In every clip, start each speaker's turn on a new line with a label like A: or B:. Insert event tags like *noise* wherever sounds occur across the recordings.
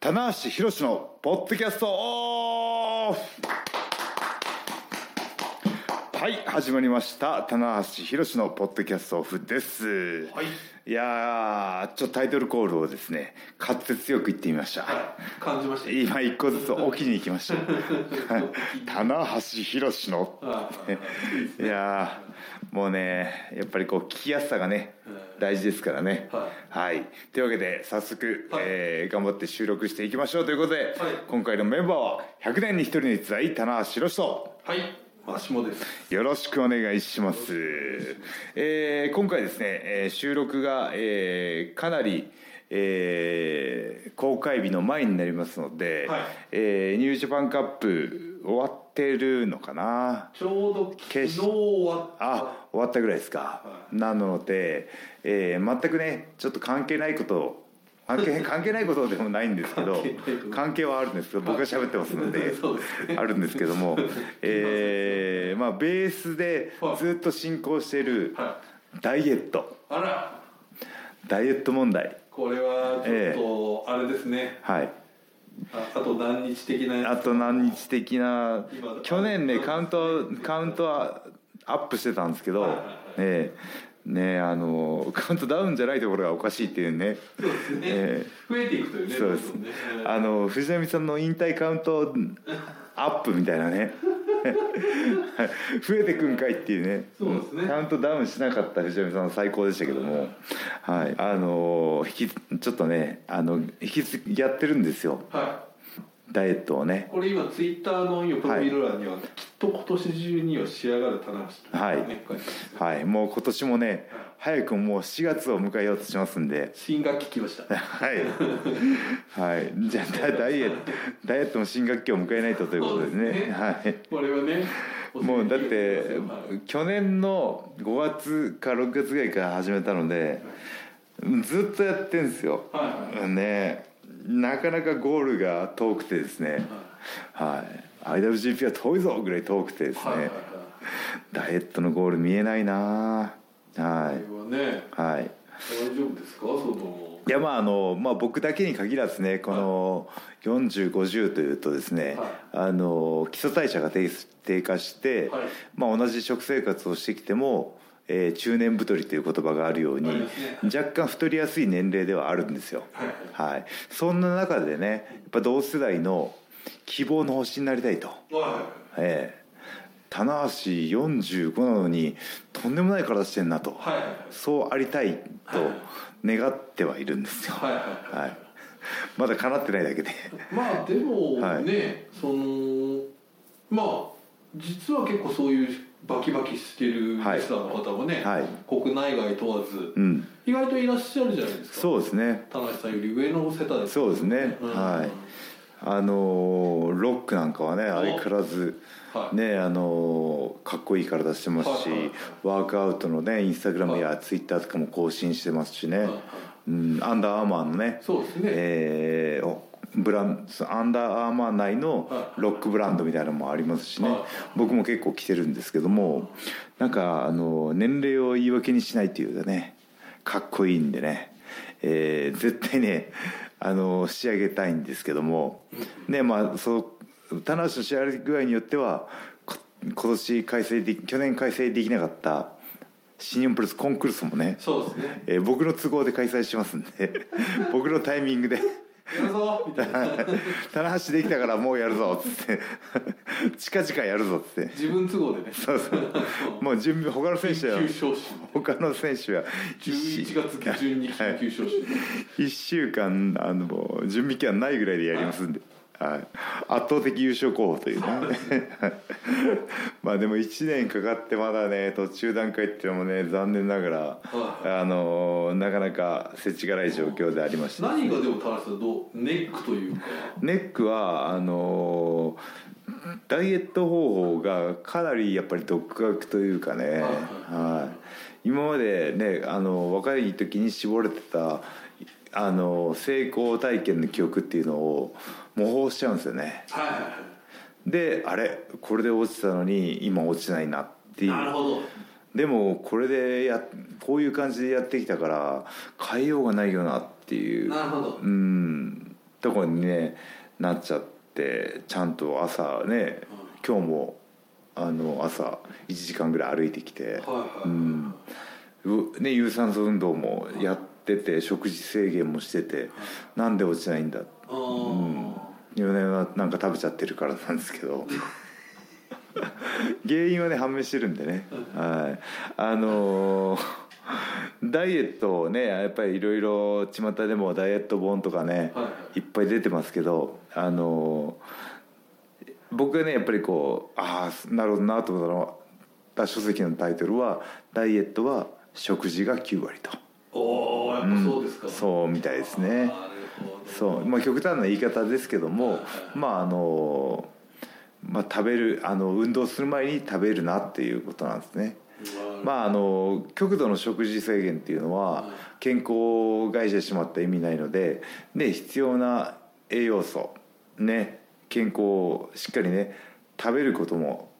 A: 棚橋宏のポッドキャストオフはい始まりました棚橋宏のポッドキャストオフです、
B: はい、
A: いやーちょっとタイトルコールをですね滑舌よく言ってみました、
B: 感じました。
A: 今一個ずつ起きに行きました
B: *laughs*
A: 棚橋宏の
B: はいは
A: い
B: い
A: やーもうねやっぱりこう聞きやすさがね
B: うん
A: 大事ですからね
B: は
A: はい、というわけで早速、
B: はい
A: えー頑張って収録していきましょうということで、今回のメンバーは100年に1人に伝い棚橋宏人
B: はい、私もです。
A: よろしくお願いします、えー今回ですね、えー収録が、えーかなりえー公開日の前になりますので、
B: はい
A: えーニュージャパンカップ終わってるのかな
B: ちょうど昨日終わった。
A: あ終わったぐらいですか、
B: は
A: なので、えー全くねちょっと関係ないことを関
B: *laughs*
A: 係関係ないことでもないんですけど
B: 関係ないこと
A: 関係はあるんですけど僕が喋ってますので
B: *laughs* そうですね
A: あるんですけど
B: *laughs*
A: も、えーまあ、ベースで
B: はい
A: ずっと進行している
B: は
A: ダイエット
B: あら、
A: ダイエット問題
B: これはちょっとあれですね。
A: はい
B: ああと何日的な
A: あ
B: やつ。
A: と何日的な
B: 今
A: 去年ねカウントカウントはアップしてたんですけど
B: はい
A: ね
B: はいはい
A: えねえあのカウントダウンじゃないところがおかしいっていうね
B: そうですね、
A: え
B: 増えていくというね。
A: そうです
B: どんどんね
A: あの藤波さんの引退カウントアップみたいなね *laughs* 増えてくんかいっていうね
B: そうですね
A: カウントダウンしなかった藤波さんは最高でしたけども、はいあの引きちょっとねあの引き続きやってるんですよ
B: は
A: ダイエットをね
B: い。これ今ツイッターの今プロフィール欄には、きっと今年中には仕上がる棚橋
A: はい
B: ね書いてます
A: はい、もう今年もね、早くもう4月を迎えようとしますんで、
B: 新学期来ました。
A: はい、はい、じゃあダダイエット、ダイエットも新学期を迎えないとということです
B: そうです
A: ね。
B: ね
A: はい。
B: これはね。
A: もうだって
B: はい
A: 去年の5月か6月ぐらいから始めたので、ずっとやってんですよ。
B: は
A: ね、なかなかゴールが遠くてですね。はい。IWGP は遠いぞぐらい遠くてですね、
B: はいはいはい。
A: ダイエットのゴール見えないなぁは
B: これはね。
A: いはい
B: 大丈夫ですかその
A: いやまああの、まあ、僕だけに限らずねこの4050というとですね、
B: はい
A: あの基礎代謝が低低下して、
B: はい
A: まあ、同じ食生活をしてきても、えー中年太りという言葉があるように、
B: ありますね
A: 若干太りやすい年齢ではあるんですよ、はいそんな中でねやっぱ同世代の希望の星になりたいと。
B: は
A: ええ棚橋45なのにとんでもない体してんなと、
B: いはいはい
A: そうありたいと願ってはいるんですよ、
B: はいはいは
A: はい、まだ叶ってないだけで
B: いまあでもね、
A: はい
B: そのまあ実は結構そういうバキバキしてる
A: はい
B: レスラーの方もね、
A: はい
B: 国内外問わず、
A: うん
B: 意外といらっしゃるじゃないですか
A: そうですね
B: 田中さんより上の世代
A: そうですね、
B: うん
A: はいあのーロックなんかはね相変わらず
B: はい
A: ねあのーかっこいい体してますし、
B: はいはい
A: ワークアウトのねインスタグラム
B: は
A: やツイッターとかも更新してますしね、
B: はいはい
A: うん、アンダーアーマーのね
B: そうですね、
A: えーおブランそのアンダーアーマー内の
B: はい
A: ロックブランドみたいなのもありますしね、
B: はい
A: 僕も結構着てるんですけどもなんかあの年齢を言い訳にしないというかねかっこいいんでね、えー絶対ねあの仕上げたいんですけども、ねまあそう棚橋の仕上げ具合によってはこ今年開催でき去年開催できなかった新日本プロレスコンクルースもね
B: そうですね
A: えー僕の都合で開催しますんで *laughs* 僕のタイミングで
B: やるぞみたいな
A: 「棚橋できたからもうやるぞ」っつって「近々やるぞ」っつって
B: 自分都合でねそうそう
A: もう準備他の選手は
B: 緊急招集
A: 他の選手は
B: 11月下旬に緊急
A: *laughs*
B: 招集
A: 1週間あの準備期間ないぐらいでやりますんで、はい、圧倒的優勝候補というね *laughs* まあでも1年かかってまだね途中段階っていうのもね残念ながらあのなかなかせちがらい状況でありまして
B: 何がでも田中さんどうネックというか
A: ネックはあのーダイエット方法がかなりやっぱり独学というかね、はい
B: い
A: 今までねあの若い時に絞れてたあの成功体験の記憶っていうのを模倣しちゃうんですよね
B: はいはいは
A: であれこれで落ちたのに今落ちてないなって
B: い
A: いう
B: なるほど
A: でもこれでやこういう感じでやってきたから変えようがないよなっていう
B: なるほど
A: うんとこにねなっちゃってちゃんと朝ね今日もあの朝1時間ぐらい歩いてきて、
B: はいは
A: う
B: い
A: んうね、有酸素運動もやってて食事制限もしててなんで落ちないんだ
B: あー
A: 夜な夜ななんか食べちゃってるからなんですけど *laughs* 原因はね判明してるんでね、はい、あのーダイエットをねやっぱりいろいろ巷でもダイエット本とかね、、
B: はいはい
A: っぱい出てますけどあのー僕がねやっぱりこうああなるほどなと思ったのは書籍のタイトルは「ダイエットは食事が9割と」
B: おーやっぱそうですか、
A: そうみたいですね。
B: なるほど
A: そうまあ、極端な言い方ですけども、まああのまあ、食べるあの運動する前に食べるなっていうことなんですね、
B: まあ
A: まあ、あの極度の食事制限っていうのは健康を害してしまった意味ないのでで必要な栄養素、ね、健康をしっかりね食べることも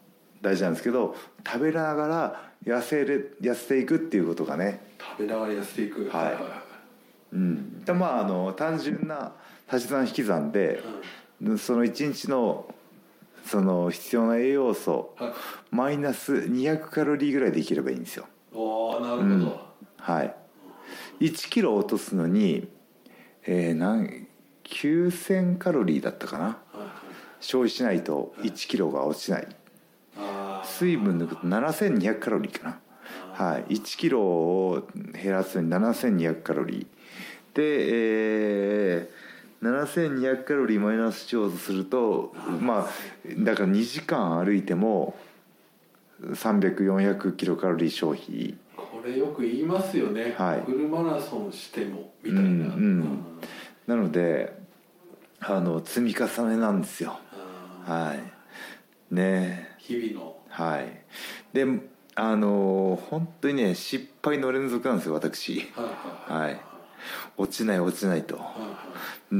A: 大事なんですけど食べながら痩せれ痩せていくっていうことがね
B: 食べながら痩せていく
A: はいうん、でまああの単純な足し算引き算で、その1日のその必要な栄養素
B: はい
A: マイナス200カロリーぐらいでいければいいんですよ
B: おーなるほど、
A: はい1キロ落とすのに、えー、なん9000カロリーだったかな
B: はいはい
A: 消費しないと1キロが落ちない
B: あー
A: 水分抜くと7200カロリーかなはい1キロを減らすのに7200カロリーで、えー、7200カロリーマイナスしようとするとまあだから2時間歩いても300400キロカロリー消費
B: これよく言いますよね、
A: はい
B: フルマラソンしてもみたいな、
A: うんうんなのであの積み重ねなんですよ
B: あー
A: はいねえ
B: 日々の
A: はいであのー本当にね失敗の連続なんですよ私
B: はいはい
A: はい落ちない落ちないと
B: はいは
A: うー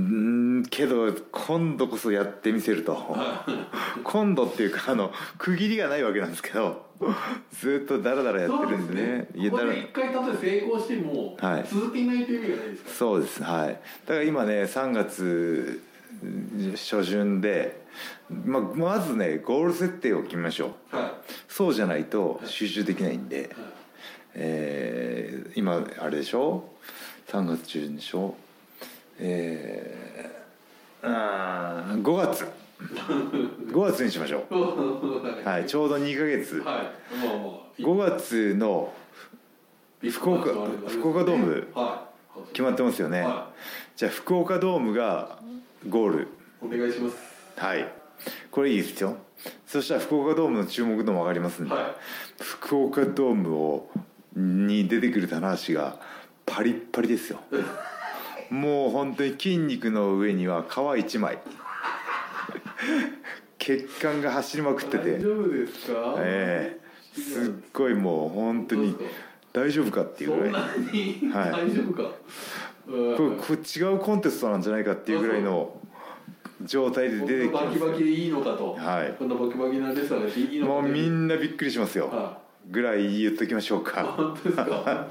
A: んけど今度こそやってみせると
B: *laughs*
A: 今度っていうかあの区切りがないわけなんですけどずっとダラダラや
B: い
A: ってるんでね
B: そうですね
A: だ
B: ここ
A: ら
B: で一回例えば成功しても、
A: はい
B: 続けないという意味がないですか
A: そうですはいだから今ね3月うん初旬で、まあ、まずねゴール設定を決めましょう
B: らはい、
A: そうじゃないと集中できないんで、えー今あれでしょ3月中旬でしょえー、あー5月
B: *laughs*
A: 5月にしましょう、はい、ちょうど2ヶ月
B: はい、はい、まあまあいい
A: 5月の福岡福岡ドーム
B: はい
A: 決まってますよね、
B: は
A: じゃあ福岡ドームがゴール
B: お願いします
A: はいこれいいですよそしたら福岡ドームの注目度も上がりますんで、
B: は
A: 福岡ドームをに出てくる棚橋がパリッパリですよもう本当に筋肉の上には皮一枚血管が走りまくって
B: 大
A: て
B: 丈夫ですか
A: ええすっごいもう本当に
B: どうですか
A: 大丈夫かっていう
B: そ
A: ぐ
B: ん
A: らい
B: なに
A: はい
B: 大丈夫か、うん
A: これこれ違うコンテストなんじゃないかっていうぐらいの状態で
B: こん
A: 出てき
B: なバ
A: ま
B: キ
A: す
B: バキでいいのかと、
A: はい
B: こんなバキバキなレスラーでいいのか
A: もうみ
B: なん
A: なびっくりしますよ
B: は
A: ぐらい言っときましょう
B: い
A: か
B: 本
A: *laughs*
B: 当ですか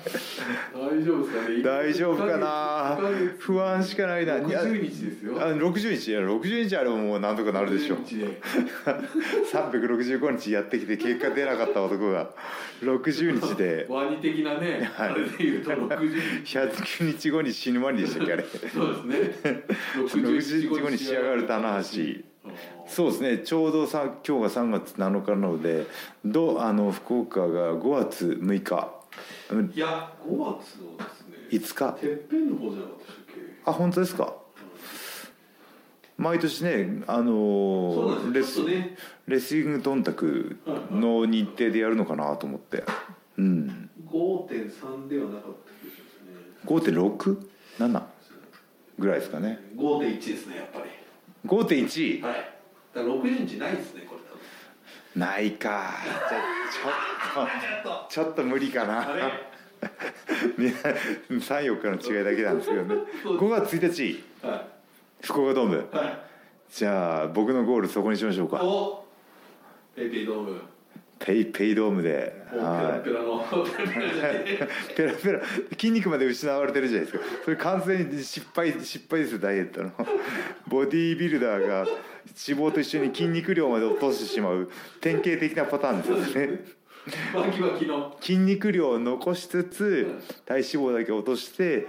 B: 大丈夫ですかね
A: 大丈夫かな不安しかないないや
B: 60日ですよ
A: あ60日いや60日あればもうなんとかなるでしょう
B: 60日で
A: 365日やってきて結果出なかった男が60日で
B: ワニ的なね、
A: はい
B: あれでいうと60日
A: 100日後に死ぬまででしたっけあれ
B: そうで
A: *laughs*
B: すね
A: 60日後に仕上がる棚橋そうですねちょうどさ今日が3月7日なのでどあの福岡が5月6日うん
B: いや5月のですね
A: 5日
B: てっぺんの方じゃなかったでしたっけ
A: あ本当ですか毎年ねあ
B: そう
A: の
B: な
A: ー
B: ん
A: レ
B: です
A: ス
B: よちょっとね
A: レスリングトンタクの日程でやるのかなと思ってうん
B: 5.3ではなかった気がし
A: 5.67
B: ますね
A: ぐらいですかね
B: 5.1ですねやっぱり
A: 5.1
B: はいだから60日ないですねこれ多分
A: ないかじゃあ
B: ちょっと
A: ちょっとちょっと無理かな
B: あれ
A: 34日の違いだけなんですけどね5月1日
B: は
A: 福岡ドーム
B: いはい
A: じゃあ僕のゴールそこにしましょうか
B: おペイペイドーム
A: ペイペイドームで、
B: もうペラ
A: は
B: ペラのペラペラじゃねえ
A: い、ペラペラ筋肉まで失われてるじゃないですかそれ完全に失敗失敗ですよダイエットの *laughs* ボディービルダーが脂肪と一緒に筋肉量まで落としてしまう典型的なパターンですよね
B: バキバキの
A: 筋肉量を残しつつ体脂肪だけ落として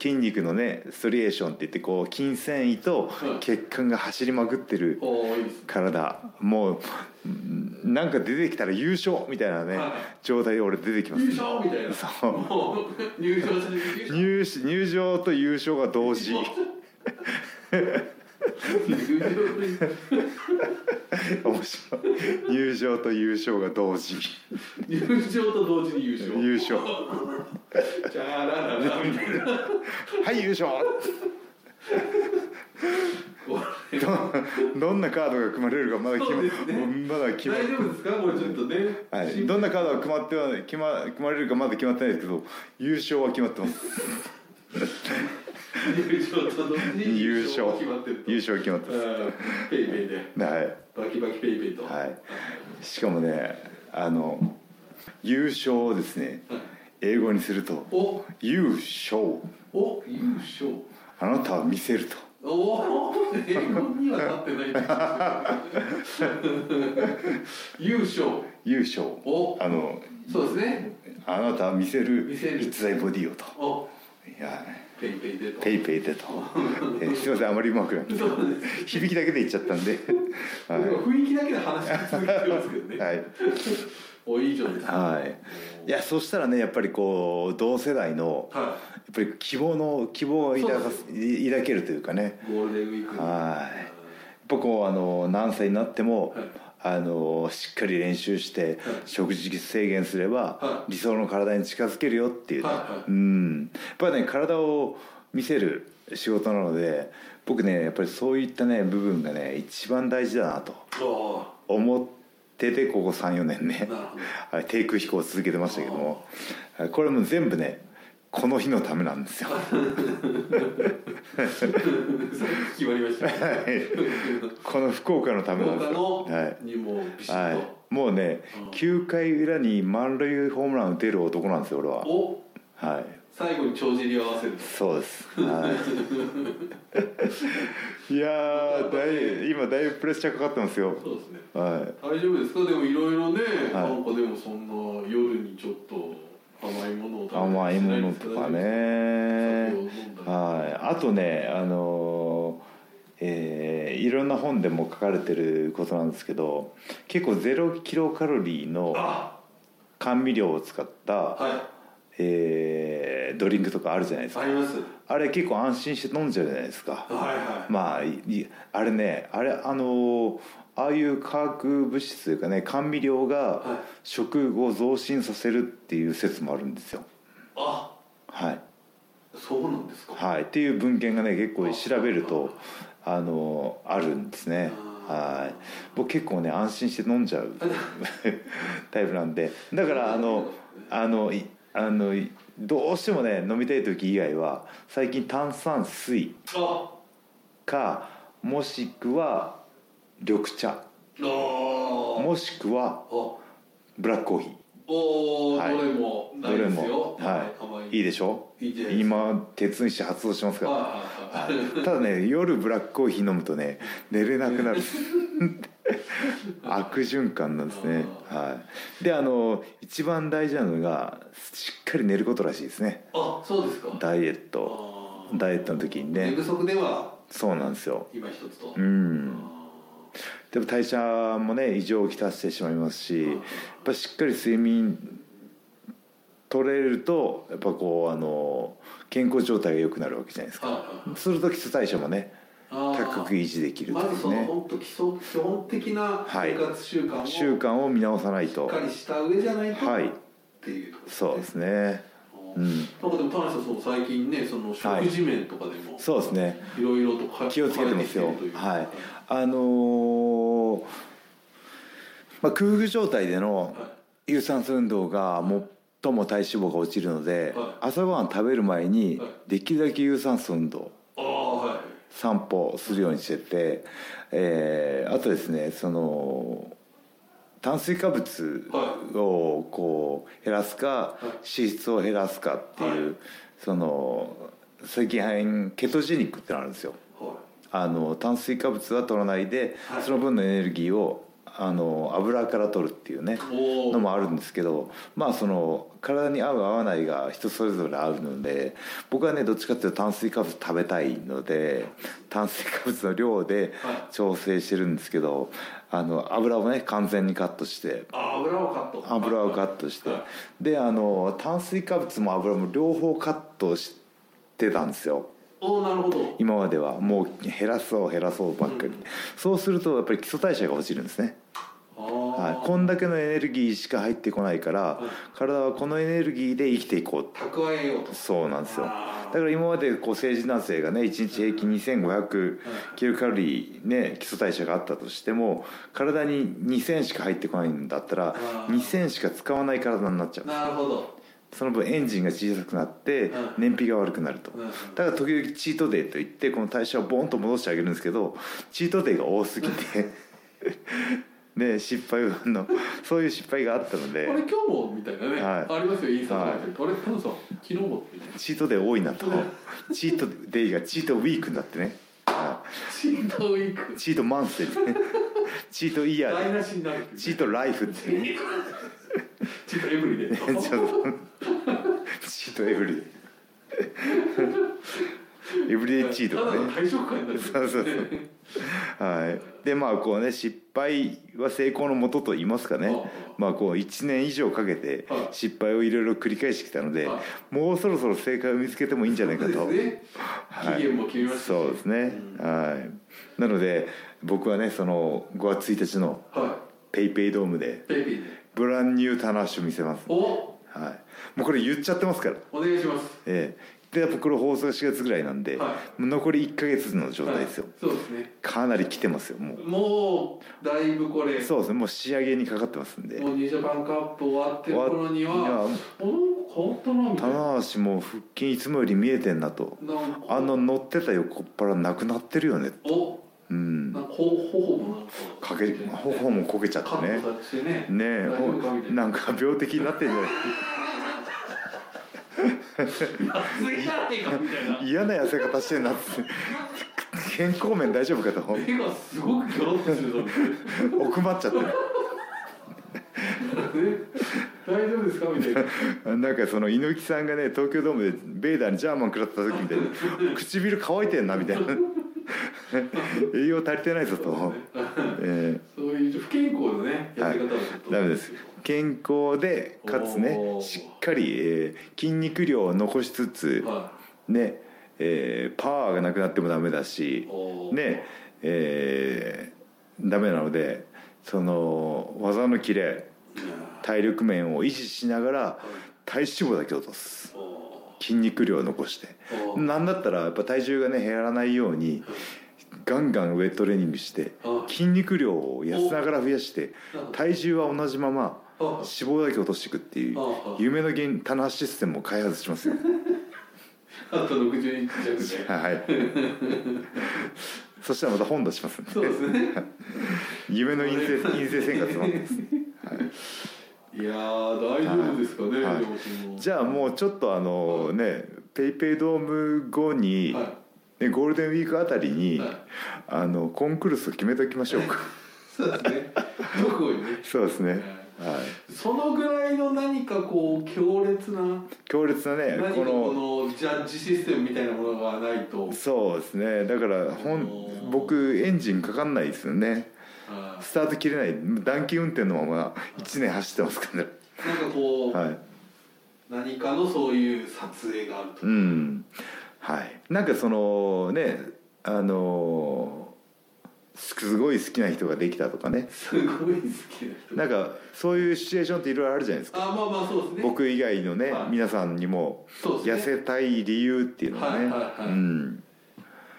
A: 筋肉のねストリエーションって言ってこう筋繊維と血管が走りまくってる
B: おーいいです
A: 体もううんなんか出てきたら優勝みたいなね
B: はい
A: 状態で俺出てきます
B: 優勝みたいな
A: そう
B: もう入賞する優勝
A: 入し入場と優勝が同
B: *laughs*
A: 時
B: 優勝
A: 面白い入場と優勝が同時
B: 入賞と同時に *laughs* 優勝
A: 優勝
B: チャラララみた *laughs* いな
A: はい優勝
B: これ
A: どんなカードが組まれるかまだ決
B: そうです
A: ま,、
B: ね
A: まだ決ま
B: 大丈夫ですかこれちょっとね、
A: はい、どんなカードが決まってはない決ま決まれるかまだ決まってないですけど優勝は決まってます
B: 優勝と同時に
A: 優
B: 優勝
A: 勝
B: が決まってると
A: 優勝は決まってま
B: うんペイペイで
A: すはい
B: バキバキペイペイと、
A: はい、しかもねあの優勝をですね
B: はい
A: 英語にすると
B: お
A: 「優勝
B: お優勝
A: あなたは見せる」と
B: おお英語には立ってない *laughs* 優勝
A: 「優勝
B: お」
A: あの
B: そうですね
A: 「あなたは見せる
B: 見せる
A: 逸材ボディを」と
B: お
A: 「いや
B: ペイペイでと
A: ペイペイ
B: *laughs*
A: で」とえーすいませんあまりうまくない
B: そうです
A: 響きだけで言っちゃったん
B: *laughs*
A: では
B: でも雰囲気だけで話が続いてますけど
A: い、
B: ね、
A: はい
B: お以上です
A: はい、いやそしたらねやっぱりこう同世代のやっ
B: は
A: ぱり希望の希望を抱かすい抱けるというかね
B: いゴールデンウィーク
A: はいやっぱこうあの何歳になっても、
B: はい
A: あのしっかり練習して、食事制限すれば、
B: は
A: 理想の体に近づけるよっていう、ね
B: はいはい
A: うんやっぱりね体を見せる仕事なので僕ねやっぱりそういったね部分がね一番大事だなと
B: おお
A: 思っててここ34年ね
B: ーなるほど
A: はい低空飛行を続けてましたけどもはいこれも全部ねこの日のためなん
B: *laughs*
A: ですよ
B: 決まりましたね。
A: この福岡のため
B: 福
A: なんです
B: 岡
A: よ
B: の
A: はい
B: にもうビシッと、
A: はい、もうね、
B: うん
A: 9回裏に満塁ホームラン打てる男なんですよ俺は
B: お
A: はい
B: 最後に帳尻を合わせると。
A: そうです、はい、い *laughs* やーだい今だいぶプレッシャーかかってますよ
B: そうですね。
A: はい
B: 大丈夫ですかでもいろいろね、
A: はい
B: なんかでもそんな夜にちょっと甘いものを食べ
A: 甘
B: たり
A: い
B: しな
A: も
B: で
A: の
B: す
A: とか
B: 大
A: ね
B: 丈夫ですか。酒を飲んだり
A: はいあとねあのーえーいろんな本でも書かれてることなんですけど結構ゼロキロカロリーの
B: あ
A: 甘味料を使った、
B: は
A: えードリンクとかあるじゃないです
B: い
A: か
B: あります。
A: あれ結構安心して飲んじゃうじゃないですか
B: はいはい。
A: まあいいあれねあれあのーああいう化学物質というかね甘味料
B: はい
A: が食後増進させるっていう説もあるんですよ
B: あ
A: はい、
B: そうなんですか。
A: はい、っていう文献がね結構調べるとあのーあるんですね
B: あー
A: はい僕結構ね安心して飲ん
B: *laughs*
A: じゃうタイプなんでだからあのあのいあのいどうしてもね飲みたい時以外は最近炭酸水
B: あ
A: かもしくは緑茶
B: あー
A: もしくは
B: あ
A: ブラックコーヒ
B: おお、
A: はい
B: どれも
A: ー
B: ないですよ。
A: は
B: 甘
A: いいいでしょ
B: いいじゃないですか
A: 今鉄にして発動してますから、
B: はいはいはい
A: ただね夜ブラックコーヒー飲むとね寝れなくな
B: *laughs*
A: る悪循環なんですねはいであの一番大事なのがしっかり寝ることらしいですね
B: あそうですか
A: ダイエット
B: あー
A: ダイエットの時に
B: 寝
A: ね
B: 不足では
A: そうなんですよ
B: 今一つと、
A: うん
B: あ
A: でも代謝もね異常をきたしてしまいますし
B: ん
A: やっぱしっかり睡眠取れるとやっぱこうあの健康状態が良くなるわけじゃないです
B: ー
A: か
B: はいはい
A: すると基礎代謝もね
B: あー
A: 高く維持できると
B: まず
A: いう
B: その
A: ね
B: 本当基礎基本的な生活習慣をし
A: 習慣を見直さないと
B: っかりした上じゃないと、
A: はい
B: っていうところですね
A: そうですね
B: あ
A: う
B: ー
A: ん
B: なんかでも田中さんそう最近ねその食事面とかでも
A: そうですね
B: いろいろとか
A: 気をつけてますよ
B: 変えきるとう
A: はいあのーまあ、空腹状態での
B: は
A: 有酸素運動が最も体脂肪が落ちるので、
B: は
A: 朝ごはん食べる前に
B: はい
A: できるだけ有酸素運動
B: ああはい
A: 散歩するようにしてて、えーあとですねその炭水化物をこう減らすか
B: い
A: 脂質を減らすかっていう、
B: は
A: その最近ケトジェニックってのあるんですよ
B: は
A: あの炭水化物は取らないで、
B: はい
A: その分のエネルギーをあの油から取るっていうね
B: いお
A: の
B: お
A: もあるんですけどまあその体に合う合わないが人それぞれ合うので僕はねどっちかっていうと炭水化物食べたいので炭水化物の量で
B: は
A: 調整してるんですけどあの油をね完全にカットして
B: あ油をカット
A: 油をカットして
B: はい
A: であの炭水化物も油も両方カットしてたんですよ。
B: おおなるほど
A: 今まではもう減らそう減らそうばっかり、
B: うん
A: そうするとやっぱり基礎代謝が落ちるんですね、
B: あ
A: はい、
B: あ
A: こんだけのエネルギーしか入ってこないから、
B: い
A: 体はこのエネルギーで生きていこ
B: 蓄えようと
A: うそうなんですよ
B: あ
A: だ
B: ー
A: から今までこう成人男性がね1日平均2500キロカロリーね基礎代謝があったとしても体に2000しか入ってこないんだったら
B: あー
A: 2000しか使わない体になっちゃう
B: なるほど
A: その分エンジンが小さくなって
B: うん
A: 燃費が悪くなると
B: うん
A: だから時々チートデーといってこの代謝をボンと戻してあげるんですけどチートデーが多すぎて *laughs* で失敗をあのそういう失敗があったの
B: あ
A: で
B: れ今日もみたいなね、
A: はい
B: ありますよインスタ
A: はい
B: とかで、あれパンさん昨日もみたいな
A: チートデー多いなとチートデーがチートウィークになってねは
B: チートウィーク
A: いチートマンスでねチートイヤ
B: 台
A: ー
B: 無しになるっていう
A: チートライフってね
B: チートエブリデ
A: *laughs*
B: イ
A: ちょっとチートエブリデイエブリデイチート
B: た
A: が
B: だの
A: ね
B: 退職会になる
A: そうそうそう。はい。でまあこうね失敗は成功のもとと言いますかね。まあこう1年以上かけて
B: はい
A: 失敗をいろいろ繰り返してきたので
B: は、
A: もうそろそろ正解を見つけてもいいんじゃないか
B: そ
A: と
B: う。ですね期限も決めましたし
A: そうですね。はい。なので僕はねその5月1日の
B: ねは
A: ペイペイドームで
B: いベイビーで
A: ブランニュー棚橋を見せます。
B: お
A: はい。もうこれ言っちゃってますから。
B: お願いします
A: ええ。でやっぱこれ放送が4月ぐらいなんで、
B: は
A: もう残り1か月の状態ですよ、
B: はいそうですね
A: かなり来てますよもう
B: もうだいぶこれ
A: そうですねもう仕上げにかかってますんで
B: もうニュージャパンカップ終わってる頃に
A: い
B: は
A: や
B: おなんか変わったなみたいな
A: 棚橋も腹筋いつもより見えてんなと
B: なんか
A: あの乗ってた横っ腹なくなってるよね
B: お
A: うん
B: なんかほ頬もなんか
A: かけ頬もこけちゃっ
B: カ
A: て
B: ッ
A: ね
B: トされてね
A: ね
B: 大
A: え
B: 丈夫かみた
A: ほ
B: いな
A: なんか病的になってんじゃない
B: 次じゃないかみたいな
A: 嫌な痩せ方してんなって健康面大丈夫かと
B: 目がすごくギョロッとしてたんで
A: 奥まっちゃってる
B: 大丈夫ですかみたいな
A: なんかその猪木さんがね東京ドームでベイダーにジャーマン食らった時みたいに唇乾いてんなみたいな栄養足りてないぞと、え
B: そういう不健康のねやり方はちょっ
A: ー
B: と
A: ダメです健康でかつね
B: おー
A: しっかり、えー筋肉量を残しつつ
B: は
A: ね、えーパワーがなくなってもダメだ
B: い
A: し
B: おー
A: ねえーダメなのでその技のキレ
B: いや
A: 体力面を維持しながら
B: ー
A: 体脂肪だけ落とす
B: お
A: 筋肉量を残して
B: ーおー
A: なんだったらやっぱ体重がね減らないようにガンガンウェットレーニングして
B: あ
A: 筋肉量を痩せながら増やして
B: なんか
A: 体重は同じまま
B: あ
A: 脂肪だけ落としていくっていう
B: ああ
A: 夢の原棚橋システムを開発しますよ
B: あと60日弱で
A: はい *laughs* そしたらまた本出しますんで
B: そうですね
A: 夢の陰性陰性生活の
B: *laughs* いやー大丈夫ですかね、
A: はい
B: でもその
A: じゃあもうちょっとあのねペイペイドーム後に、
B: はい
A: ね、ゴールデンウィークあたりに、
B: はい
A: あのコンクルール決めときましょうか
B: そうですねどこにね
A: そうですね、
B: はい
A: はい
B: そのぐらいの何かこう強烈な
A: 強烈なね
B: 何か
A: こ
B: こ
A: の
B: のジャッジシステムみたいなものがないと
A: そうですねだからほ
B: あのー
A: ん僕エンジンかかんないですよね
B: あ
A: スタート切れない暖気運転のまま1年走ってますからね
B: ーなんかこう、
A: はい
B: 何かのそういう撮影があると
A: うんはいなんかそのねあのーすごい好きな人ができたとかね
B: すごい好きな人
A: なんかそういうシチュエーションっていろいろあるじゃないですか
B: あまあまあそうですね
A: 僕以外のね
B: はい
A: 皆さんにも
B: そうで
A: 痩
B: すね
A: せたい理由っていうのがね
B: はいはいはい
A: うん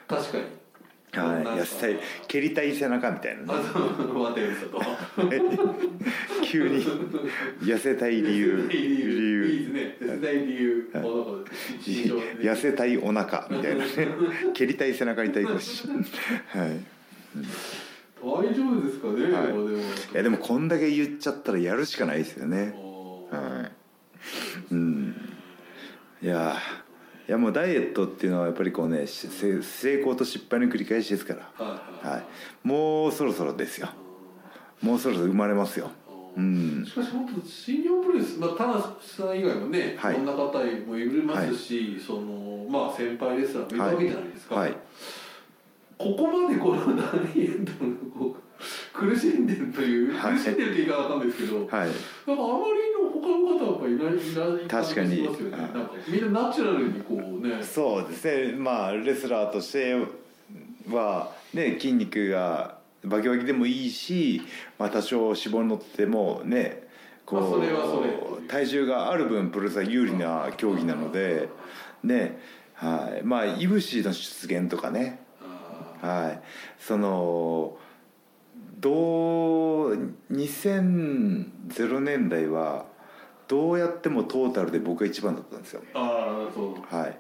B: 確かに
A: はい
B: なんか
A: 痩せたい蹴りたい背中みたいなね
B: あそう渡辺さんと
A: 急
B: *laughs*
A: に痩せたい理由
B: 理由いいですね絶対理由
A: はい
B: 物事
A: 理
B: 日常
A: 由
B: で
A: 痩せたいお腹
B: *laughs*
A: みたいなね蹴りたい背中痛いかもしれない、はい、
B: 大丈夫丈夫ですかね、
A: はい
B: でもでも
A: いやでもこんだけ言っちゃったらやるしかないですよね
B: あー
A: はい、うん、いやいやもうダイエットっていうのはやっぱりこうねしせ成功と失敗の繰り返しですから、
B: はいはい
A: はい、もうそろそろですよもうそろそろ生まれますよう
B: うんんしかし本当新日本プロレス、まあ、田中さん以外もね、
A: はい
B: い、ろんな方もいますし、そのまあ先輩レスラーもいるわけじゃないですか、
A: はい
B: ここまでこの何言うんだろうこう苦しんでるという、
A: はい
B: 苦しんでるって言い方わかんないですけど、なんか
A: はい
B: あまりの他の方はやっぱいないいない感じ
A: 確かに
B: しますよね
A: は
B: ないんかみんなナチュラルにこうね
A: そうですねまあレスラーとしてはね筋肉がバキバキでもいいし、まあ、多少脂肪に乗っててもねこう、
B: まあそれはそれ
A: 体重がある分プロレスは有利な競技なのでねはいまあいぶしの出現とかね
B: あ
A: はいそのどう2000年代はどうやってもトータルで僕が一番だったんですよ
B: ーあーそう
A: はい
B: はい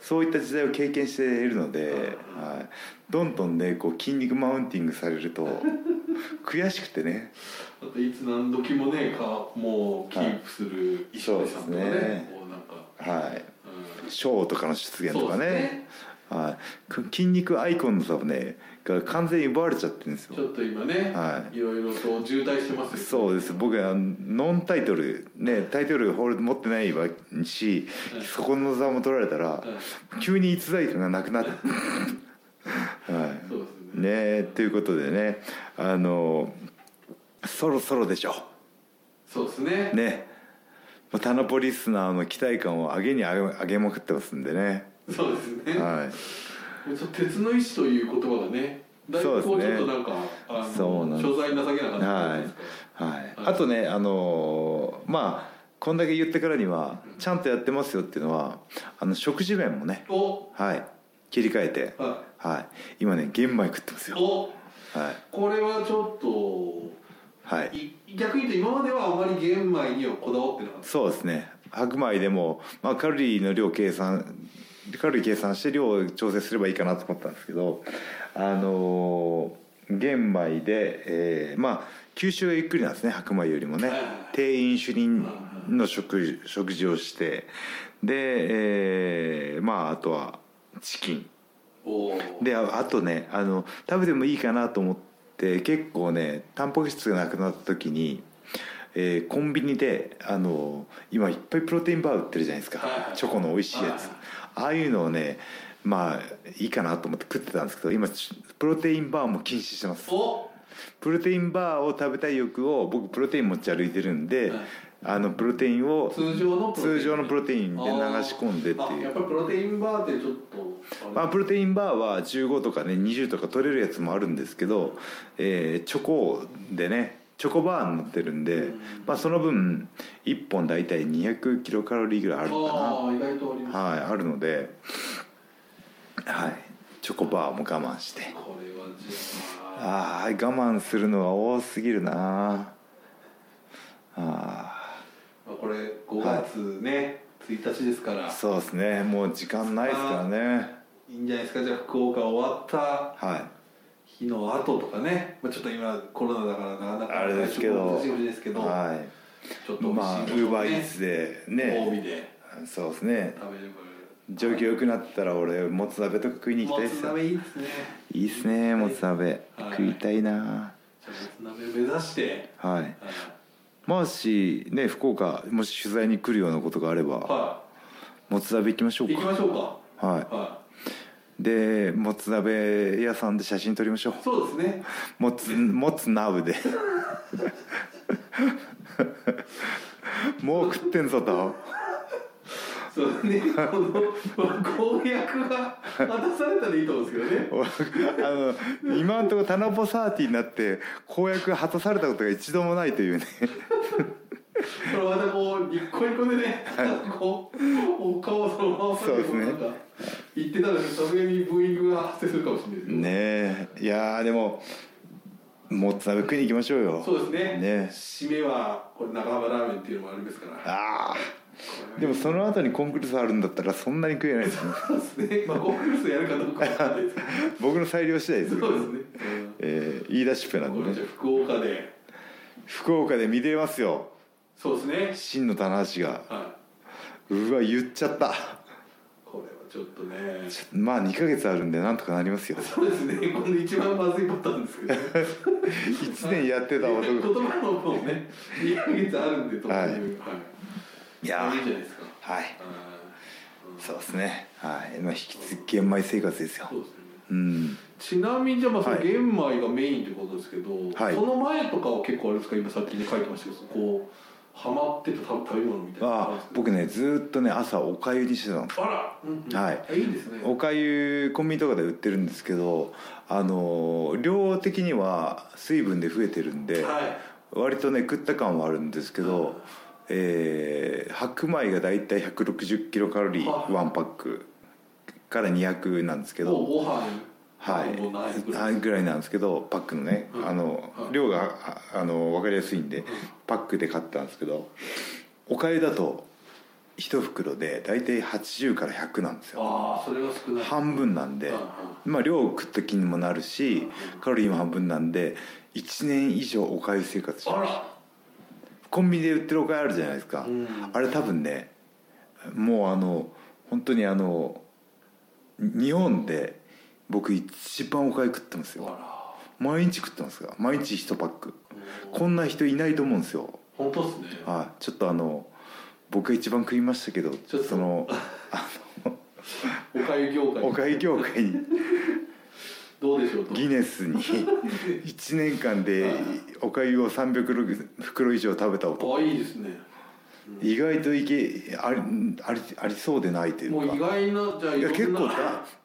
A: そういった時代を経験しているので、はい、どんどんねこう筋肉マウンティングされると
B: *laughs*
A: 悔しくてね
B: だっていつ何時もねかもうキープする石森さんとかね,、
A: そうですね
B: こうなんか、
A: はい
B: うん
A: ショーとかの出現とか
B: そうです
A: ねはい、く筋肉アイコンの差もねが完全に奪われちゃってるんです
B: ちょ
A: よ
B: っと今ね、、
A: はい
B: ろいろと渋滞してますよ
A: そうです僕はノンタイトルねタイトルホールド持ってないわし
B: うん
A: そこの座も取られたら
B: はい
A: 急に逸材感がなくなって *laughs* はい
B: そうです
A: ね
B: ね
A: えということでねあのそろそろでしょ
B: そうですね
A: ねもうタナポリスナーの期待感を上げに上げ上げまくってますんでね
B: そうですね、
A: は
B: ちょっと鉄の意志という言葉がねだいぶこ
A: そう
B: う
A: です
B: ちょ
A: ね
B: っとなんか、あ
A: そうなん
B: の
A: です
B: 所在情けなか
A: い
B: った
A: は
B: じゃない
A: い
B: ですか、
A: はいあとねあのーまあこんだけ言ってからにはちゃんとやってますよっていうのはあの食事面もね
B: お
A: はい切り替えて
B: は
A: はい今ね玄米食ってます
B: い
A: よ
B: お
A: はい
B: これはちょ
A: は
B: っと
A: い
B: い逆に言うと今まではあまり玄米にはこだわってなかった
A: そうですね白米でも、まあ、カロリーの量計算カロリー計算して量を調整すればいいかなと思ったんですけどあのー玄米で、えーまあ吸収がゆっくりなんですね白米よりもね
B: はいはい
A: 低インシュリンの食食事をしてで、えーまああとはチキン
B: おお
A: でああとねあの食べてもいいかなと思って結構ねタンパク質がなくなった時に、えーコンビニであの今いっぱいプロテインバー売ってるじゃないですか、
B: はいはい
A: チョコの美味しいやつ、
B: はい
A: ああいうのをねまあいいかなと思って食ってたんですけど今ちプロテインバーも禁止してます
B: お
A: プロテインバーを食べたい欲を僕プロテイン持ち歩いてるんで、
B: はい
A: あのプロテインを
B: 通常のプロテイン
A: 通常のプロテインで流し込んでって
B: あ
A: い
B: やっ
A: う
B: ぱりプロテインバーってちょっと
A: まあ、プロテインバーは15とかね20とか取れるやつもあるんですけど、えーチョコでねチョコバーになってるんで、
B: うん
A: まあ、その分1本大体200キロカロリーぐらいあるのか
B: あー意外とあり
A: な
B: ます
A: はいあるのではいチョコバーも我慢して
B: これはじゃあ
A: ああ我慢するのは多すぎるなあ
B: まあこれ5月ね、1日ですから
A: ーそうですねもう時間ないですからね
B: いいんじゃないですかじゃあ福岡終わった
A: はい
B: 日の後とかね、まあ、ちょっと今コロナだからなかなか
A: あれですけど
B: 難しいですけど
A: はい
B: ちょっと美味
A: まあウ
B: しい
A: ー
B: もの
A: バ
B: を
A: ーイ
B: ね
A: ーツで
B: 褒
A: ね
B: 美で
A: そうですね
B: 食べれば
A: 状況良くなったら俺もつ鍋とか食いに行きたい
B: も
A: で
B: つ
A: すよ
B: 鍋いいですね
A: いいっすねもつ鍋
B: はい
A: 食いたいな
B: じゃあもつ鍋を目指して
A: はい
B: はい
A: もしね福岡もし取材に来るようなことがあれば
B: は
A: もつ鍋行きましょ
B: い、
A: う
B: 行きましょうか
A: かは
B: はい
A: でもつ鍋屋さんで写真撮りましょう *laughs*
B: い、そうですね
A: もつもつ鍋で *laughs* もう食ってんぞと
B: そうで
A: *laughs*
B: すねこの公約が果たされたらいいと思うんですけどね
A: お *laughs* あの今んところタナポサーティになって公約果たされたことが一度もないというね
B: これまたこうニッコニコでね、こうお顔をそのまま
A: そうですね
B: なんか言ってたらさすがにブーイングが発生するかもしれないですよ
A: ねえいやーでももつ鍋食いに行きましょうよ
B: そうですね
A: ね
B: 締めはこれ長浜ラーメンっていうのもありますから
A: ああでもその後にコンクルールあるんだったらそんなに食えないですね
B: そうですねまあコンクルールやるかどうかわかんないですけ
A: 僕の裁量次第です
B: ど
A: よ
B: そうですね、
A: えー、言い出しっぺなん
B: こ
A: で
B: れ
A: ね
B: じゃあ福岡で
A: 福岡で見れますよ
B: そうですね
A: 真の棚橋が
B: はい
A: うんうわ言っちゃった
B: これはちょっとね
A: まあ2ヶ月あるんでなんとかなりますよ
B: そうですねこの一番まずいパターンですけどね
A: 1年やってた
B: 言
A: 男
B: 葉のもうね2ヶ月あるんでとかいうはい
A: いや
B: いいじゃ
A: ー
B: ないですか
A: はい
B: あ
A: そうですねはい、まあ、引き続き玄米生活です
B: ー
A: よ
B: そうですね
A: うん
B: ちなみにじゃあまあその
A: はい
B: 玄米がメインってことですけど、
A: はい
B: その前とかは結構あれですか今さっきね書いてましたけどこうハマってた食べ食べ物みたいなのるん
A: あ
B: ですけど
A: 僕ねずーっとね朝おかゆにしてたの
B: あら、うんうん
A: はい
B: いいですね
A: おかゆコンビニとかで売ってるんですけどあのー量的には水分で増えてるんで、
B: はい
A: 割とね食った感はあるんですけ
B: はい
A: ど、えー白米がだいたい160キロカロリ
B: は
A: ー
B: い
A: ワンパックから200なんですけ
B: もう
A: ど
B: ご飯
A: はい
B: もうないぐら
A: はいいぐらいなんですけどパックのね
B: うん
A: あの
B: はい
A: 量がああの分かりやすいんでパックで買ったんですけどおかゆだと1袋でだいたい80から100なんですよ
B: ああそれは少ない
A: 半分なんで
B: うん
A: まあ量を食った気にもなるしカロリーも半分なんで1年以上おかゆ生活して
B: うん
A: ま
B: あ
A: した
B: ら
A: コンビニで売ってるおかゆあるじゃないですか、
B: うん
A: あれ多分ねもうあの本当にあの日本で僕一番おかゆ食ってますよ
B: あ
A: 毎日食ってますが毎日1パック
B: ら
A: こんな人いないと思うんですよ
B: 本当っすね
A: はいちょっとあの僕が一番食いましたけど
B: ょっと
A: その
B: おかゆ業界
A: おかゆ業界に
B: どうでしょうと
A: ギネスに1年間でおかゆを300袋以上食べた男
B: あいいですね
A: 意外といけありありありそうでないという
B: もう
A: か
B: 意外なじゃあ
A: いや
B: ろんな
A: 結構だ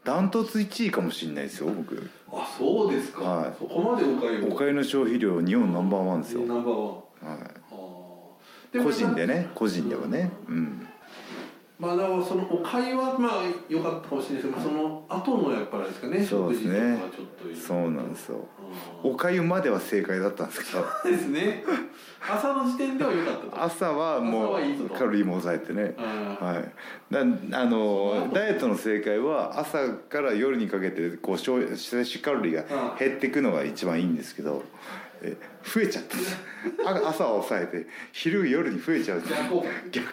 A: ダントツ1位かもしれないですよ僕
B: あそうですか、
A: はい
B: そこまでおかゆ
A: おかゆの消費量日本ナンバーワンですよ、
B: ナンバーワン
A: はい、
B: あー
A: 個人でね個人ではねうん
B: まあだからそのおかゆはまあ良かったかもしれないですけどその後のやっぱりあれですかね
A: そうですね
B: 食事とかはちょっといい
A: そうなんですよ
B: あ
A: おかゆまでは正解だったんです
B: *laughs*
A: けど
B: ーですね朝の時点では良かったと
A: 朝はも
B: 朝はいいぞ
A: う
B: と
A: カロリーも抑えてね
B: あ
A: はい、だあのダイエットの正解は朝から夜にかけてこう消摂取カロリーが減っていくのが一番いいんですけどえ増えちゃったんですあ朝は抑えて昼夜に増えちゃう
B: ーじゃあこう
A: 逆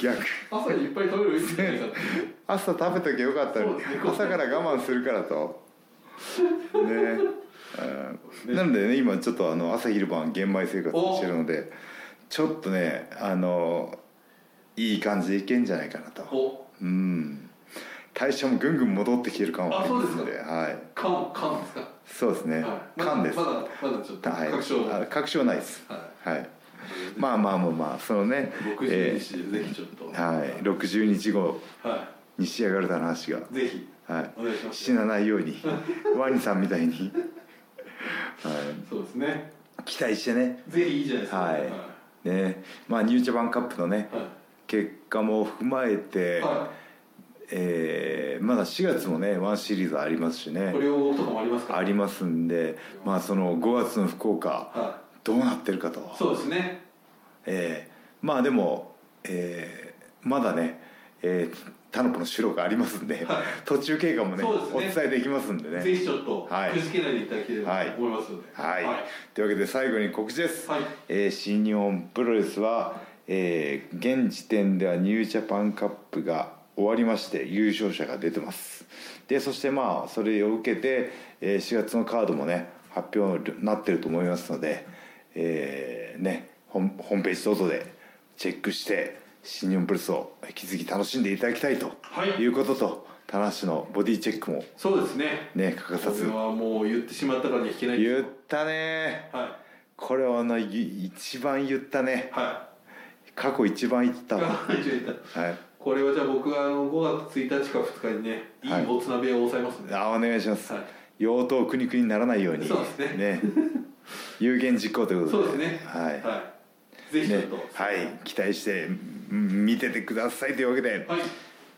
A: 逆
B: 朝にいっぱい食べるべきじゃないかって
A: *laughs* 朝食べときゃよかったのに
B: そうですね
A: 朝から我慢するからとねうんなのでね今ちょっとあの朝昼晩玄米生活してるのでちょっとねあのいい感じでいけんじゃないかなと
B: こ
A: うん代謝もぐんぐん戻ってきてる感はありますのではいう
B: 缶缶ですか
A: そうですね
B: はいまだ
A: 感です
B: まだまだちょっと
A: はい
B: 確証
A: あ確証ないです
B: は
A: はいまあまあまあまあそのね
B: 60
A: え
B: 日でぜひちょっと、
A: ーはい60日後
B: は
A: に仕上がるだの話が
B: い、ぜひ
A: はい
B: お願いします
A: 死なないよ
B: *laughs*
A: うにワニさんみたいに、は
B: そうですね
A: い、期待してね
B: ぜひいいじゃないですか
A: はい
B: はい
A: ねまあニュージャパンカップのね
B: は
A: 結果も踏まえて、
B: いは
A: えーまだ4月もねワンシリーズありますし
B: い
A: ね
B: これ用とかもありますから
A: ありますんでまあその5月の福岡
B: は
A: どうなってるかと
B: い、そうですね
A: えーまあでも、えーまだね、えータノポの収録ありますんで、
B: はい
A: 途中経過もね
B: そうです
A: お
B: ね
A: 伝えできますんでね
B: ぜひちょっと
A: はい
B: くじけないでいただければ
A: はい
B: と思いますので
A: はい、
B: はい
A: というわけで最後に告知です、
B: はい
A: えー新日本プロレスは、えー現時点ではニュージャパンカップが終わりまして優勝者が出てますでそしてまあそれを受けて、えー4月のカードもね発表になってると思いますので、えーねホームホームページ等々でチェックして新日本プロレスを引き続き楽しんでいただきたいと
B: はい
A: いうことと、棚橋のボディチェックも
B: そうですね
A: ね欠かさ
B: これ
A: ず
B: はもう言ってしまったからには引けない
A: 言ったね
B: は
A: これはあのい一番言ったね
B: いは
A: 過去一番言った
B: *laughs*
A: わはい
B: 一応言ったこれはじゃあ僕はあの5月1日か2日にねい
A: はい
B: いおつ鍋を抑えますね、
A: あお願いします、
B: はい
A: 用途苦肉にならないように
B: そうですね
A: 有言実行というこ
B: そう
A: と
B: で
A: です
B: ね
A: はい、
B: はい、ぜひちょっ
A: ね
B: と、
A: はい、期待してうん見ててくださいというわけで、
B: はい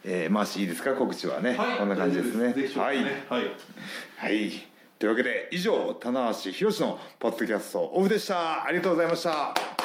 A: えー、まあいいですか告知はね、
B: はい
A: こんな感じですね
B: ぜひちょっ
A: は
B: と
A: い
B: ね、はい
A: はい、というわけで以上棚橋宏のポッドキャストオフでしたありがとうございました